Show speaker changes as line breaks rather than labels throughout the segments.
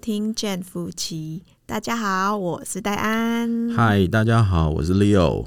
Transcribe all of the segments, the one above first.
听《Jane 夫妻》。大家好，我是戴安。
嗨，大家好，我是 Leo。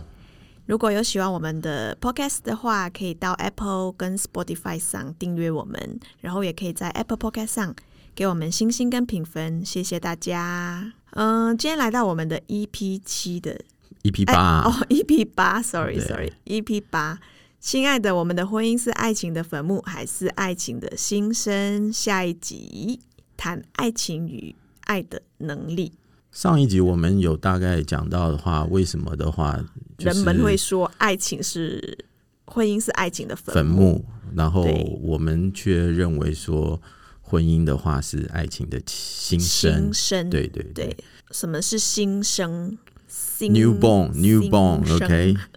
如果有喜欢我们的 Podcast 的话，可以到 Apple 跟 Spotify 上订阅我们，然后也可以在 Apple Podcast 上给我们星星跟评分，谢谢大家。嗯，今天来到我们的 EP 七的
EP
哎
八、
哦，EP 八，sorry
啊对
sorry，EP 八。亲爱的，我们的婚姻是爱情的坟墓，还是爱情的新生？下一集谈爱情与爱的能力。
上一集我们有大概讲到的话，为什么的话，就是
人们会说爱情是婚姻是爱情的坟
坟墓，然后
对
我们却认为说，婚姻的话是爱情的新生
新。生
对对
对，什么是新生？新
Newborn，newborn，OK
新生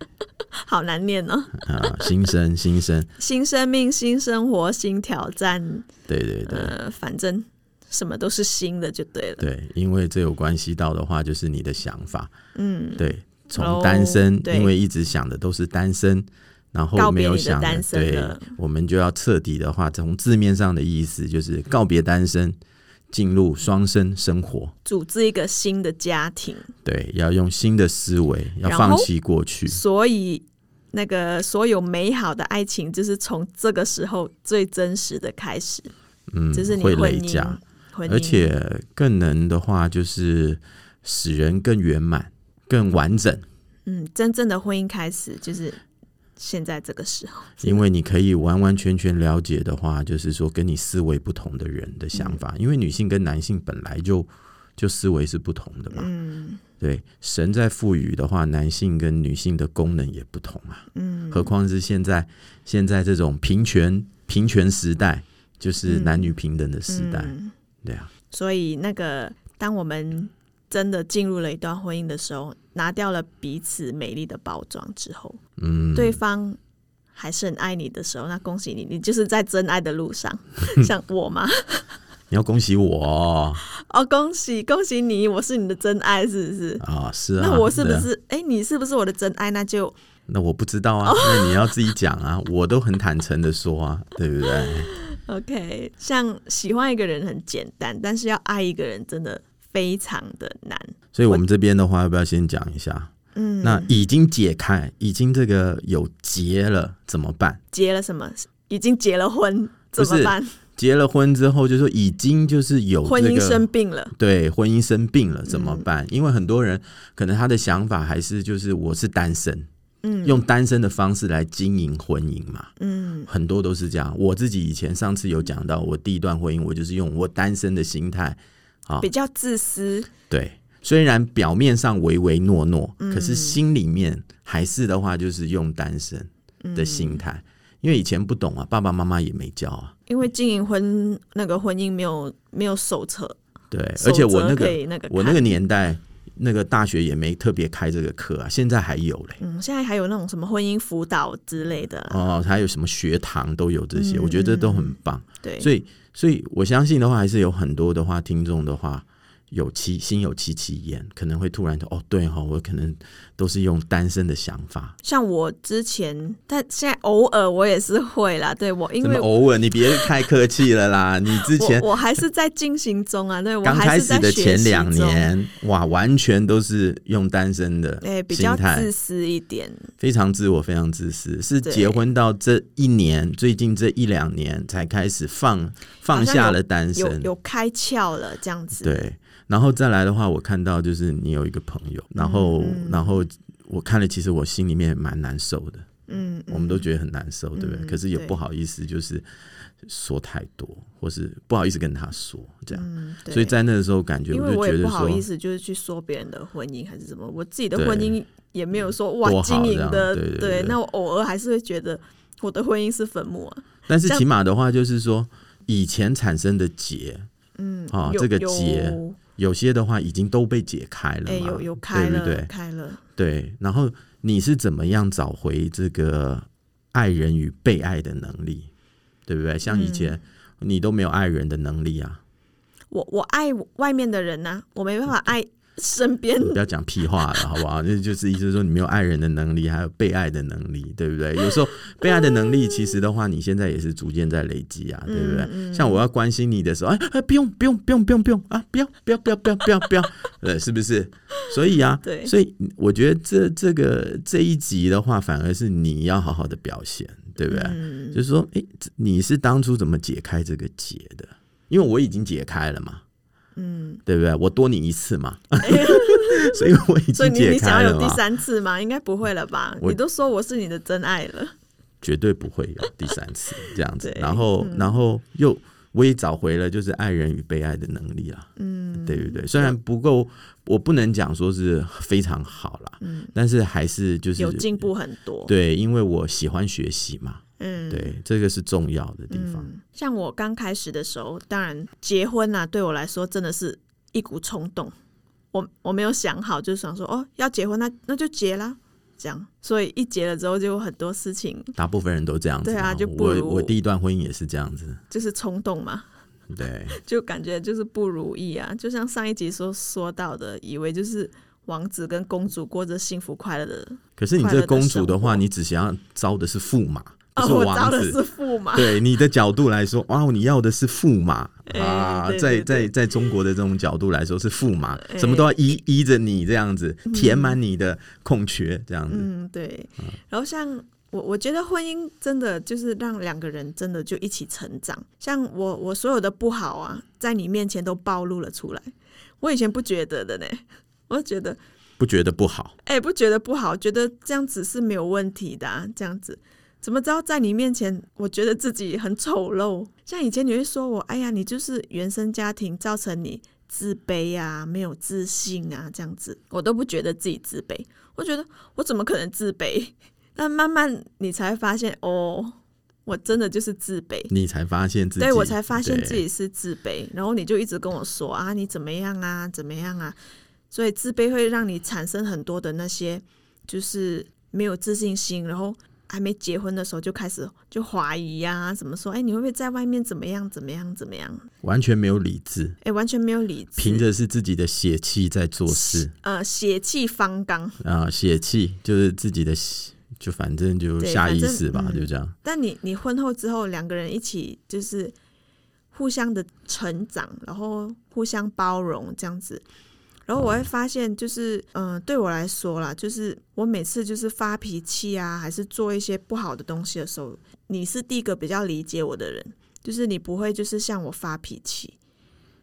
好难念哦！
啊，新生，新生，
新生命、新生活、新挑战，
对对对、
呃，反正什么都是新的就对了。
对，因为这有关系到的话，就是你的想法，
嗯，
对，
哦
从单身，
对
因为一直想的都是单身，然
告
后
别
没有
你的
想
单身
对
了，
我们就要彻底的话，从字面上的意思就是告别单身，进入双生生活。
组织一个新的家庭，
对，要用新的思维，要
然后
放弃过去。
所以那个所有美好的爱情，就是从这个时候最真实的开始，
嗯，
这是你
会
婚
累
姻
加，，
婚姻
而且更能的话就是使人更圆满、更完整，
嗯，真正的婚姻开始就是现在这个时候，
因为你可以完完全全了解的话，就是说跟你思维不同的人的想法，因为女性跟男性本来就就思维是不同的嘛。
嗯
对，神在赋予的话，男性跟女性的功能也不同啊。
嗯，
何况是现在现在这种平权平权时代，就是男女平等的时代，
嗯
对啊，
所以那个当我们真的进入了一段婚姻的时候，拿掉了彼此美丽的包装之后，
嗯，
对方。还是很爱你的时候，那恭喜你，你就是在真爱的路 上。像我吗？
你要恭喜我哦
哦，恭喜恭喜你，我是你的真爱，是不是？
啊，是啊，
那我是不
对啊
是？哎、你是不是我的真爱？那就
那我不知道
哦
啊，那你要自己讲啊，我都很坦诚的说啊，对不对？
OK。像喜欢一个人很简单，但是要爱一个人真的非常的难。
所以我们这边的话，要不要先讲一下？
嗯，
那已经解开，已经这个有结了，怎么办？
结了什么？已经结了婚
不
怎
是
么办？
结了婚之后，就说已经就是有
婚
这
姻
个
生病嗯了，
对婚姻生病了怎么办？因为很多人可能他的想法还是就是我是单身，
嗯，
用单身的方式来经营婚姻嘛，
嗯
很多都是这样。我自己以前上次有讲到，我第一段婚姻我就是用我单身的心态，啊
比，较自私，
对，虽然表面上唯唯诺诺，
嗯
可是心里面还是的话就是用单身的心态，
嗯
因为以前不懂啊，爸爸妈妈也没教啊。
因为经营婚那个婚姻没有没有手册，
对，哎而且我
守
那
则
个
可以那个
我那
看
个年代，那个大学也没特别开这个课啊，现在还有嘞。
嗯，现在还有那种什么婚姻辅导之类的啊，
哦，还有什么学堂都有这些，
嗯
我觉得这都很棒。
对，
所以，所以我相信的话，还是有很多的话，听众的话有戚心有戚戚焉，可能会突然说：“哦，对哈、哦，我可能都是用单身的想法。
像我之前，但现在偶尔我也是会啦，对我”因
怎么
为我
偶尔？你别太客气了 啦！你之前
我还是在进行中啊，对我
刚
还
开
是在
始的
学
前
习
两
中，
年，哇，完全都是用单身的
对，哎比
心
较
态，
自私一点，
非常自我，非常自私，是
对
结婚到这一年，最近这一两年才开始放放下了单
有
身。
有开窍了这样子，，
对，然后再来的话，我看到就是你有一个朋友，然后、然后我看了，其实我心里面蛮难受的，
嗯，
我们都觉得很难受，对不对？
嗯
可是也
对
不好意思，就是说太多，或是不好意思跟他说这样。
嗯，对
所以在那个时候，感觉
因
我
为
就
我
觉
也
得
不好
说
意，思，就是去说别人的婚姻还是什么，我自己的
对嗯
婚姻也没有说
多
哇
好
经营
这样
的，
对对对
那我偶尔还是会觉得我的婚姻是坟墓啊，
但是
这样
起码的话，就是说以前产生的结，
嗯，
啊
有
这个
有
结有些的话已经都被解开了嘛，
哎、有有开
对
了，
不对？
开了，
对，然后你是怎么样找回这个爱人与被爱的能力，对不对？像以
嗯
前你都没有爱人的能力
啊
啊，
我我爱外面的人呐、我没办法爱身 边
不要讲屁话了，好不好？那就是意思是说你没有爱人的能力，还有被爱的能力，对不对？有时候被爱的能力，其实的话，你现在也是逐渐在累积啊，对不对？
嗯
像我要关心你的时候，哎哎，不用不用不用不用不用啊，不要不要不要不要不要不要，呃，是不是？所以啊，
对
所以我觉得这这个这一集的话，反而是你要好好的表现，对不对？
嗯
就是说，哎，这你是当初怎么解开这个结的？因为我已经解开了嘛，
嗯，
对不对？我多你一 次嘛，所以我已
所以
经
你
解
你想
开
要
了
有第
嘛，
三次吗？应该不会了吧？
我
你都说我是你的真爱了，
绝对不会有第三次这样子。
对嗯
然后，然后又我也找回了就是爱人与被爱的能力啦，
嗯，
对不对？虽然不够，我不能讲说是非常好啦，
嗯，
但是还是就是
有进步很多，，
对，因为我喜欢学习嘛，
嗯，
对，这个是重要的地方。
嗯。像我刚开始的时候，当然结婚啊，对我来说真的是一股冲动。我我没有想好，就是想说哦，要结婚那那就结啦，这样。所以一结了之后，就有很多事情
大部分人都这样子
对
嘛，
啊就不
我
如
我第一段婚姻也是这样子，
就是冲动嘛，
对，
就感觉就是不如意啊。就像上一集说说到的，以为就是王子跟公主过着幸福快乐的，
可是你
快
这
乐
个
的
公主的
生
话，
活
你只想要招的是驸马，不
哦，
是
我招
王
的
子。
是驸 马，
对你的角度来说，哇，你要的是驸马、
哎
啊，
对
在
对
在
对
在中国的这种角度来说是驸马，
哎
什么都要依依着你这样子，填满你的空缺，这样子。
嗯，对。然后像我，我觉得婚姻真的就是让两个人真的就一起成长。像我，我所有的不好啊，在你面前都暴露了出来。我以前不觉得的呢，我觉得
不觉得不好，
哎、不觉得不好，觉得这样子是没有问题的、啊，这样子。怎么知道在你面前，我觉得自己很丑陋？像以前你会说我，哎呀，你就是原生家庭造成你自卑啊，没有自信啊，这样子，我都不觉得自己自卑，我觉得我怎么可能自卑？ 但慢慢你才会发现，哦，我真的就是自卑。
你才发现自己，
对我才发现
对
自己是自卑，然后你就一直跟我说啊，你怎么样啊，怎么样啊，所以自卑会让你产生很多的那些就是没有自信心，然后还没结婚的时候就开始就怀疑呀、怎么说，哎，你会不会在外面怎么样怎么样怎么样？
完全没有理智，
哎，完全没有理智，
凭着是自己的血气在做事
呃血气方刚，
啊、血气就是自己的血，就反正就
对
下
反
意
正
识吧，
嗯
就这样。
但你你婚后之后，两个人一起就是互相的成长，然后互相包容这样子。然后我会发现，就是嗯、呃对我来说啦，就是我每次就是发脾气啊，还是做一些不好的东西的时候，你是第一个比较理解我的人，就是你不会就是向我发脾气。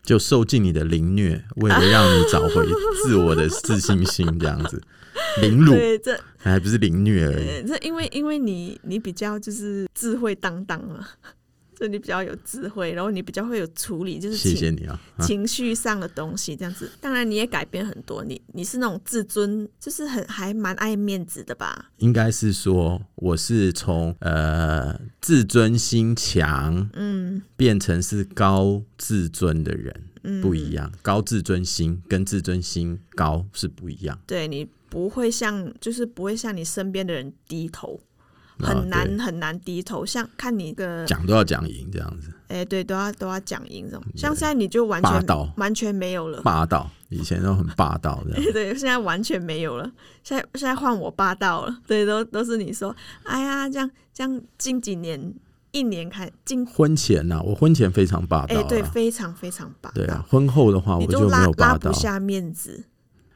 就受尽你的凌虐，为了让你找回自我的自信心，这样子 凌辱，
对，这
还不是凌虐而已。
呃这因为因为你你比较就是智慧当当嘛， 就你比较有智慧，然后你比较会有处理，就是
谢
情
谢你啊，啊
情绪上的东西，这样子。当然，你也改变很多，你你是那种自尊，就是很还蛮爱面子的吧？
应该是说我是从呃自尊心强
嗯
变成是高自尊的人，
嗯，
不一样。高自尊心跟自尊心高是不一样，
对你不会像，就是不会像你身边的人低头，
啊
很难、
对
很难低头。像看你的，
讲都要讲赢这样子。
哎、对，都要都要讲赢这种。像现在你就完
霸
全
道
完全没有了。
霸道，以前都很霸道这样。
对，现在完全没有了。现在现在换我霸道了， 对，都都是你说，哎呀，这样这样，近几年一年看近，
婚前呐、我婚前非常霸
哎、
道、啊
对，非常非常霸道。
对啊，婚后的话
你
我
都
就没
拉
有
拉
霸道啊
不，下面子。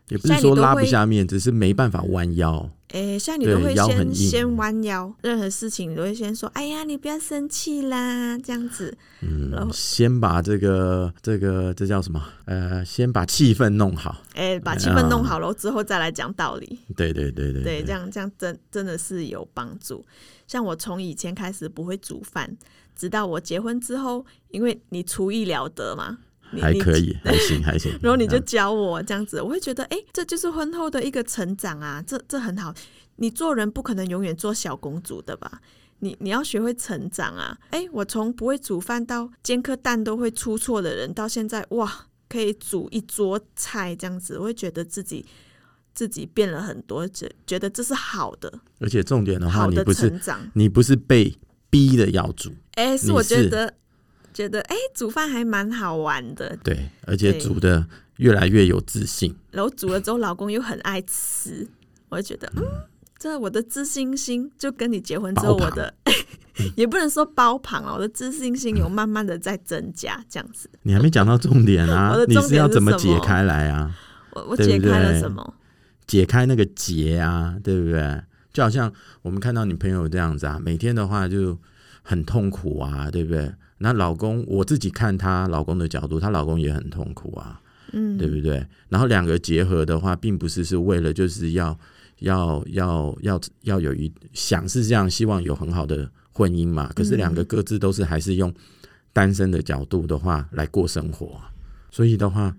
也不是说
现在你都会
拉不下面，只是没办法弯腰。
诶，像你
对
都会
腰很硬
先先弯腰，任何事情你都会先说：“哎呀，你不要生气啦。”这样子，然
嗯
后，
先把这个这个这叫什么？呃，先把气氛弄好。
诶，把气氛弄好了之后再来讲道理。
对对啊对对
对，
对
这样这样真真的是有帮助。像我从以前开始不会煮饭，直到我结婚之后，因为你厨艺了得嘛，你
还
你
可以，还行还行。 嗯
然后你
这
就
样
教我这样子，我会觉得，哎、这就是婚后的一个成长啊，这这很好。你做人不可能永远做小公主的吧？你你要学会成长啊！哎、我从不会煮饭到煎颗蛋都会出错的人，到现在哇，可以煮一桌菜这样子，我会觉得自己自己变了很多，觉觉得这是好的，
而且重点的话，
好
你
的
不是
成长。
你不是被逼的要煮，
哎、
你
是我觉
是
得觉得哎、煮饭还蛮好玩的，
对，而且
对
煮的越来越有自信。
然后煮了之后，老公又很爱吃，我就觉得嗯，这我的自信心就跟你结婚之后，
包
我
旁
的 也不能说包旁啊了，我的自信心有慢慢的在增加，这样子。
你还没讲到重点啊
我的，
你
重点
是要怎么
是什么
解开来啊？
我我
对不
解开了
对
什么？
解开那个结啊，对不对？就好像我们看到你朋友这样子啊，每天的话就很痛苦啊，对不对？那老公，我自己看她老公的角度，她老公也很痛苦啊，
嗯，
对不对？然后两个结合的话，并不是是为了就是要要要要要有一想是这样，希望有很好的婚姻嘛。可是两个各自都是还是用单身的角度的话来过生活啊、所以的话，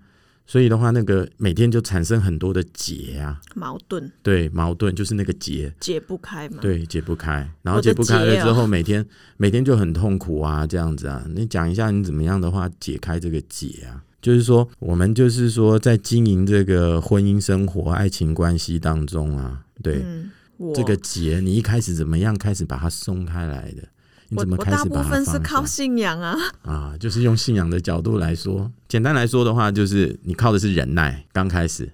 所以的话，那个每天就产生很多的结啊，
矛盾
对，矛盾就是那个结。
解不开嘛。
对，解不开，然后
我的
解不开了
结哦
之后，每天每天就很痛苦啊，这样子啊。你讲一下你怎么样的话解开这个结啊？就是说，我们就是说在经营这个婚姻生活、爱情关系当中啊，对、
嗯，我
这个结，你一开始怎么样开始把它松开来的？你
我
怎么
我
开
大
始
部
把它
分
放
是靠
下
信仰啊，
啊？就是用信仰的角度来说，简单来说的话，就是你靠的是忍耐。刚开始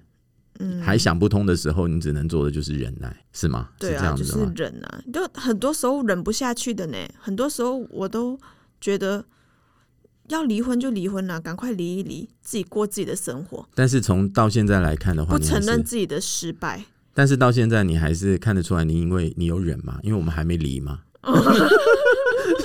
嗯，
还想不通的时候，你只能做的就是忍耐，是吗？
对
是这
啊，
样
就是
子吗？
忍啊，就很多时候忍不下去的呢。很多时候我都觉得要离婚就离婚啦、啊赶快离一离，自己过自己的生活，
但是从到现在来看的话，
不
你还
承
是，
认自己的失败。
但是到现在你还是看得出来，你因为你有忍嘛，因为我们还没离 嘛，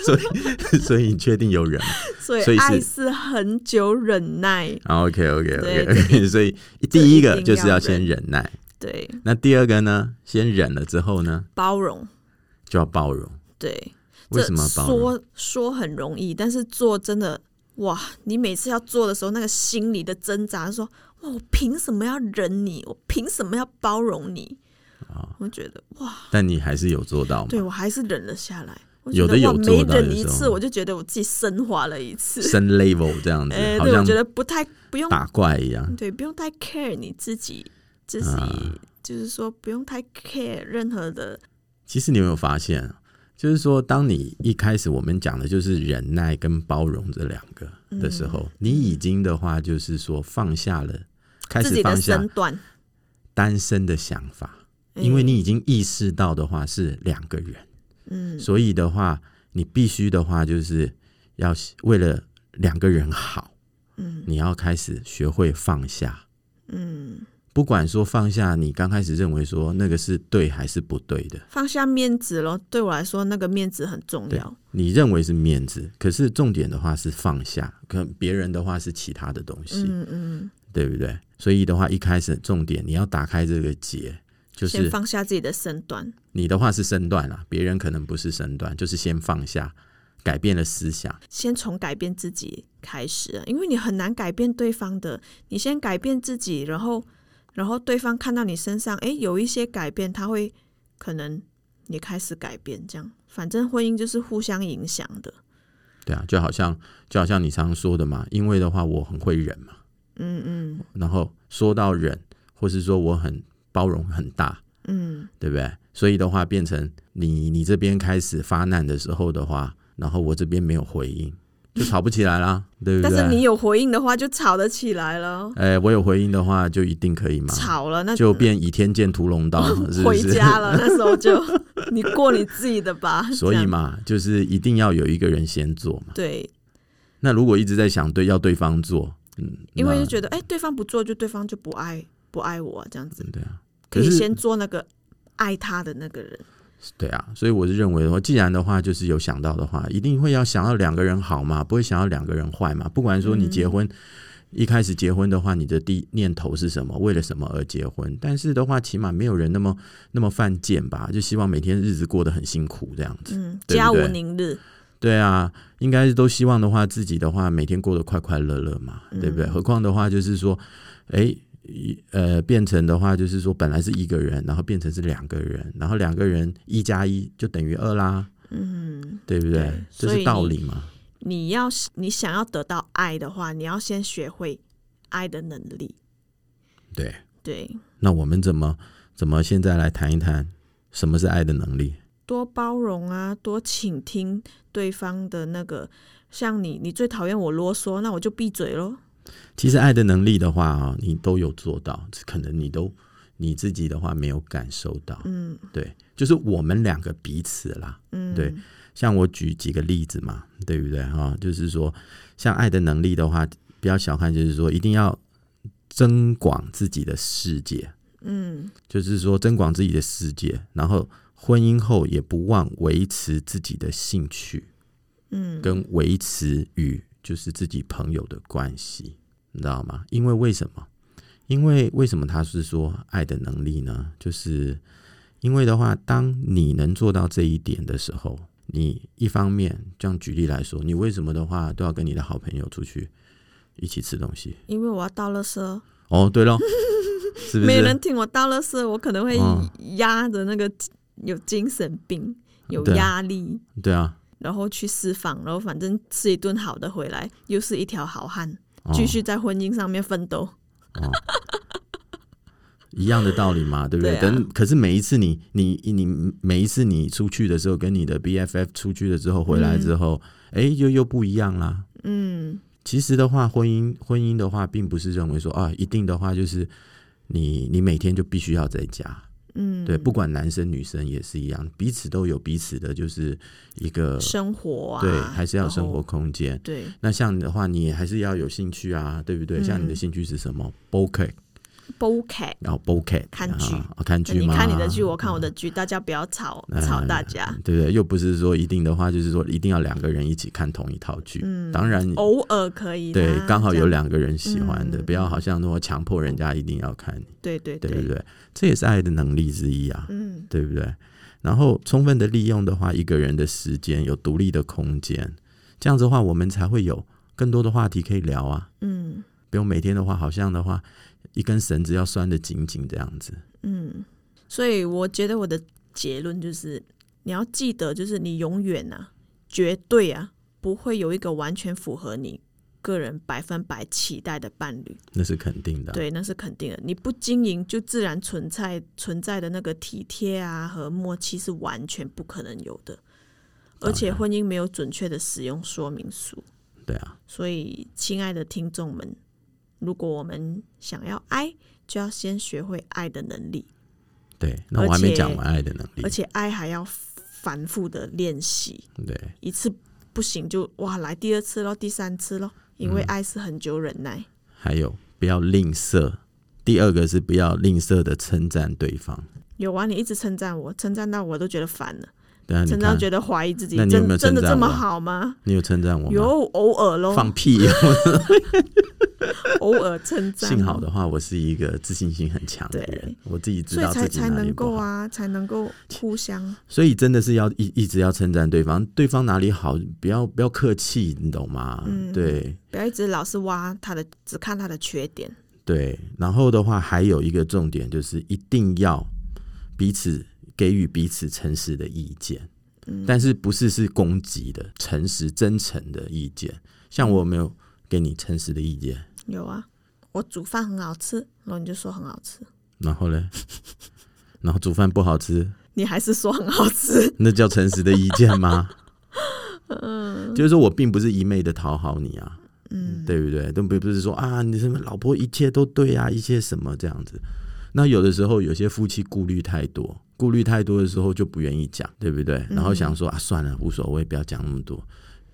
所以所以你确定有忍嘛
所以
所以是
爱是很久忍耐，
啊？OK OK
对
OK OK，所 以第一个就是要
这一
先
定
忍耐，
对，
那第二个呢，先忍了之后呢，
包容，
就要包容。
对。
为
这
什么要包容？
说说很容易，但是做真的哇！你每次要做的时候，那个心里的挣扎，说哇，我凭什么要忍你？我凭什么要包容你？
啊
我觉得哇，
但你还是有做到嘛？
对我还是忍了下来。我
有
觉
的
得
有
哇，
做
每
到有
忍一
时候
次，我就觉得我自己升华了一次。
升 level 这样子，
哎、
好
对，我
像
觉得不太不用，
打怪一样。
对，不用太 care 你自己，就是、
啊
就是说不用太 care 任何的，
其实你有没有发现啊，就是说，当你一开始我们讲的就是忍耐跟包容这两个
嗯
的时候，你已经的话就是说放下了，开
自己
始
的
放
身
下
段，
单身的想法，
哎
因为你已经意识到的话是两个人，
嗯，
所以的话你必须的话就是要为了两个人好，
嗯
你要开始学会放下。
嗯，
不管说放下，你刚开始认为说那个是对还是不对的，
放下面子咯，对我来说，那个面子很重
对
要。
你认为是面子，可是重点的话是放下，可能别人的话是其他的东西，
嗯嗯，
对不对？所以的话，一开始重点你要打开这个结，就
先
是
放下自己的身段。
你的话是身段啦，别人可能不是身段，就是先放下，改变了思想，
先从改变自己开始啊，因为你很难改变对方的。你先改变自己，然后，然后对方看到你身上，诶，有一些改变，他会可能也开始改变。这样，反正婚姻就是互相影响的。
对啊，就好像就好像你常说的嘛，因为的话我很会忍嘛，
嗯嗯
然后说到忍，或是说我很包容很大，
嗯，
对不对？所以的话，变成你你这边开始发难的时候的话，然后我这边没有回应，就吵不起 来啦，对不
但
对？
是你有回应的话，就吵得起来了。
哎，我有回应的话，就一定可以吗？
吵了，那
啊就变倚天剑屠龙刀，是 不
回
是？
家了。那时候就 你过你自己的吧。
所
这
以
样
嘛，就是一定要有一个人先做嘛。
对，
那如果一直在想对要对方做，嗯，
因为
那
就觉得哎、对方不做，就对方就不爱不爱我这样子，
对啊，
可
可
以
是
先做那个爱他的那个人。
对啊，所以我是认为的话，既然的话就是有想到的话，一定会要想要两个人好嘛，不会想要两个人坏嘛。不管说你结婚、一开始结婚的话，你的第一念头是什么，为了什么而结婚，但是的话，起码没有人那么那么犯贱吧，就希望每天日子过得很辛苦这样子。
嗯，
对不
家无
对
宁日，
对啊，应该是都希望的话，自己的话每天过得快快乐乐嘛，
嗯
对不对？何况的话就是说，哎。一呃，变成的话就是说，本来是一个人，然后变成是两个人，然后两个人一加一就等于二啦，
嗯，
对不对？
对
这
所以
是
你
道理嘛。
你要你想要得到爱的话，你要先学会爱的能力。
对，
对，
那我们怎么怎么现在来谈一谈什么是爱的能力？
多包容啊，多倾听对方的那个。像你，你最讨厌我啰嗦，那我就闭嘴喽。
其实爱的能力的话啊，你都有做到，可能你都你自己的话没有感受到。
嗯
对，就是我们两个彼此啦。
嗯，
对，像我举几个例子嘛，对不对哈、就是说，像爱的能力的话，不要小看，就是说一定要增广自己的世界，
嗯
就是说增广自己的世界，然后婚姻后也不忘维持自己的兴趣，
嗯，
跟维持与就是自己朋友的关系，你知道吗？因为为什么？因为为什么他是说爱的能力呢？就是因为的话，当你能做到这一点的时候，你一方面这样举例来说，你为什么的话都要跟你的好朋友出去一起吃东西？
因为我要倒垃圾，
哦，对喽，是不
没
是？
人听我倒垃圾，我可能会
哦
压着那个有精神病、有
对啊
压力，
对啊，
然后去私访，然后反正吃一顿好的回来，又是一条好汉，
哦
继续在婚姻上面奋斗。
哦，一样的道 理嘛，对不对？
对啊
等可是每一次你你你每一次你出去的时候，跟你的 BFF 出去了之后，回来之后，哎、又又不一样啦。
嗯
其实的话，婚姻婚姻的话，并不是认为说啊，一定的话就是你你每天就必须要在家，
嗯，
对，不管男生女生也是一样，彼此都有彼此的，就是一个、
生活啊，
呃对，还是要有生
然
活
后。
空间。
对
那像你的话，你也还是要有兴趣啊，对不对？像你的
嗯
兴趣是什么 b o k e
，BOK，
然后 BOK
看剧
啊，看剧
你
吗？嗯
看你的剧，我看我的剧，大家不要吵吵大家。
对不对？又不是说一定的话，就是说一定要两个人一起看同一套剧。
嗯
当然，
偶尔可以啦，
对，刚好
这
有
样，
两个人喜欢的，
嗯
不要好像说强迫人家一定要看，
对对
对不，对？这也是爱的能力之一啊，
嗯
对不对？然后充分的利用的话，一个人的时间有独立的空间，这样子的话，我们才会有更多的话题可以聊啊，
嗯
不用每天的话，好像的话一根绳子要拴得紧紧这样子。
嗯，所以我觉得我的结论就是，你要记得，就是你永远啊，绝对啊，不会有一个完全符合你个人百分百期待的伴侣，
那是肯定的啊，
对，那是肯定的。你不经营，就自然存在存在的那个体贴啊和默契是完全不可能有的，而且婚姻没有准确的使用说明书。
对啊，
所以，亲爱的听众们，如果我们想要爱，就要先学会爱的能力，
对。那我
而
还没
且
讲完爱的能力
而，且爱还要反复的练习，
对。
一次不行就哇来第二次咯，第三次咯，因
嗯
为爱是很久忍耐。
还有不要吝啬。第二个是不要吝啬的称赞对方。
有啊，你一直称赞我，称赞到我都觉得烦了，
对啊，你
称赞
看
到，觉得怀疑自己，
那
真
你有没有
真的
称赞
这么
我
好吗？
你有称赞我吗？
有偶尔咯，
放屁！哦
偶尔称赞，哦
幸好的话，我是一个自信心很强的人
对，
我自己知
所以
道
才
自己
才
哪里
能
不
够
好，
啊，才能够互相。
所以真的是要一一直要称赞对方，对方哪里好，不要不要客气，你懂吗？
嗯
对
不要一直老是挖他的，只看他的缺点。
对。然后的话，还有一个重点就是一定要彼此给予彼此诚实的意见。
嗯，
但是不是是攻击的，诚实真诚的意见。像我有没有给你诚实的意见，
有啊，我煮饭很好吃，然后你就说很好吃，
然后嘞， 然后煮饭不好吃，
你还是说很好吃。
那叫诚实的意见 吗？嗯，就是说我并不是一昧的讨好你啊，
嗯，
对不对？都不不是说啊，你什么老婆一切都对啊，一切什么这样子。那有的时候有些夫妻顾虑太多，顾虑太多的时候就不愿意讲，对不对？
嗯
然后想说、啊，算了，无所谓，不要讲那么多。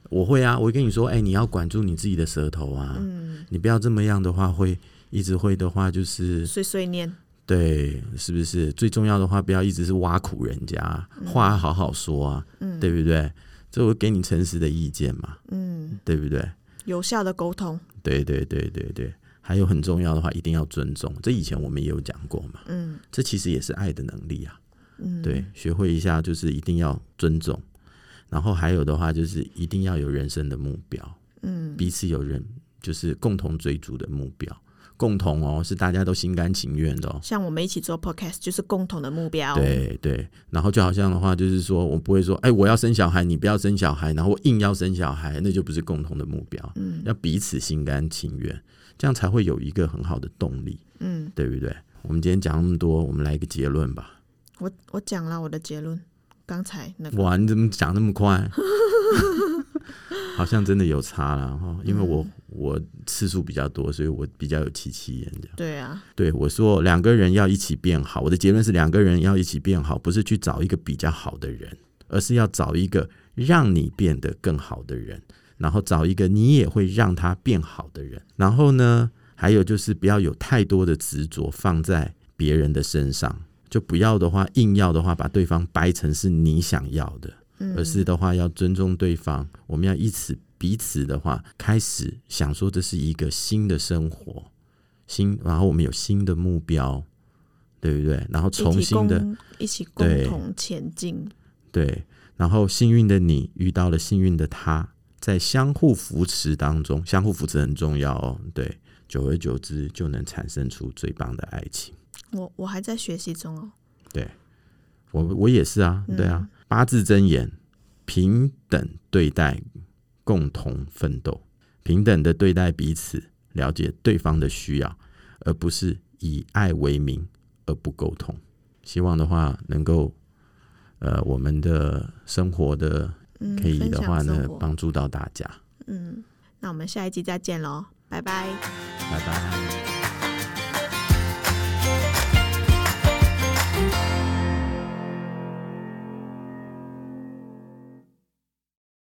我会啊，我会跟你说，哎、你要管住你自己的舌头啊，
嗯，
你不要这么样的话会。一直会的话，就是
碎碎念，
对，是不是？最重要的话，不要一直是挖苦人家，话好好说啊，
嗯
对不对？这我给你诚实的意见嘛，
嗯，
对不对？
有效的沟通，
对对对对对，还有很重要的话，一定要尊重。这以前我们也有讲过嘛，
嗯
这其实也是爱的能力啊。
嗯，
对，，学会一下就是一定要尊重，然后还有的话就是一定要有人生的目标，
嗯
彼此有人就是共同追逐的目标，共同哦是大家都心甘情愿的哦。
像我们一起做 podcast 就是共同的目标，，
对对，然后就好像的话，就是说我不会说，哎，我要生小孩，你不要生小孩，然后我硬要生小孩，那就不是共同的目标，
嗯
要彼此心甘情愿，这样才会有一个很好的动力。
嗯，
对不对？我们今天讲那么多，我们来一个结论吧。
我我讲了我的结论，刚才那个，
哇，你怎么讲那么快？ 好像真的有差了哈，因为我、我次数比较多，所以我比较有戚戚焉这样。
对啊，
对我说，两个人要一起变好，我的结论是两个人要一起变好，不是去找一个比较好的人，而是要找一个让你变得更好的人，然后找一个你也会让他变好的人。然后呢，还有就是不要有太多的执着放在别人的身上，就不要的话，硬要的话，把对方掰成是你想要的。
嗯
而是的话要尊重对方，我们要一起彼此的话开始想说这是一个新的生活，新，然后我们有新的目标，对不对？然后
一
重
起
新的
共一起共
对
同前进，
对，然后幸运的你遇到了幸运的他，在相互扶持当中，相互扶持很重要哦。对，久而久之就能产生出最棒的爱情。
我我还在学习中哦，
我我也是啊，
嗯
对啊，八字真言：平等对待，共同奋斗，平等的对待彼此，了解对方的需要，而不是以爱为名而不沟通。希望的话，能够呃，我们的生活的
嗯，
可以的话
分享
呢
生，活
帮助到大家。
嗯，那我们下一集再见喽，拜拜。
拜拜。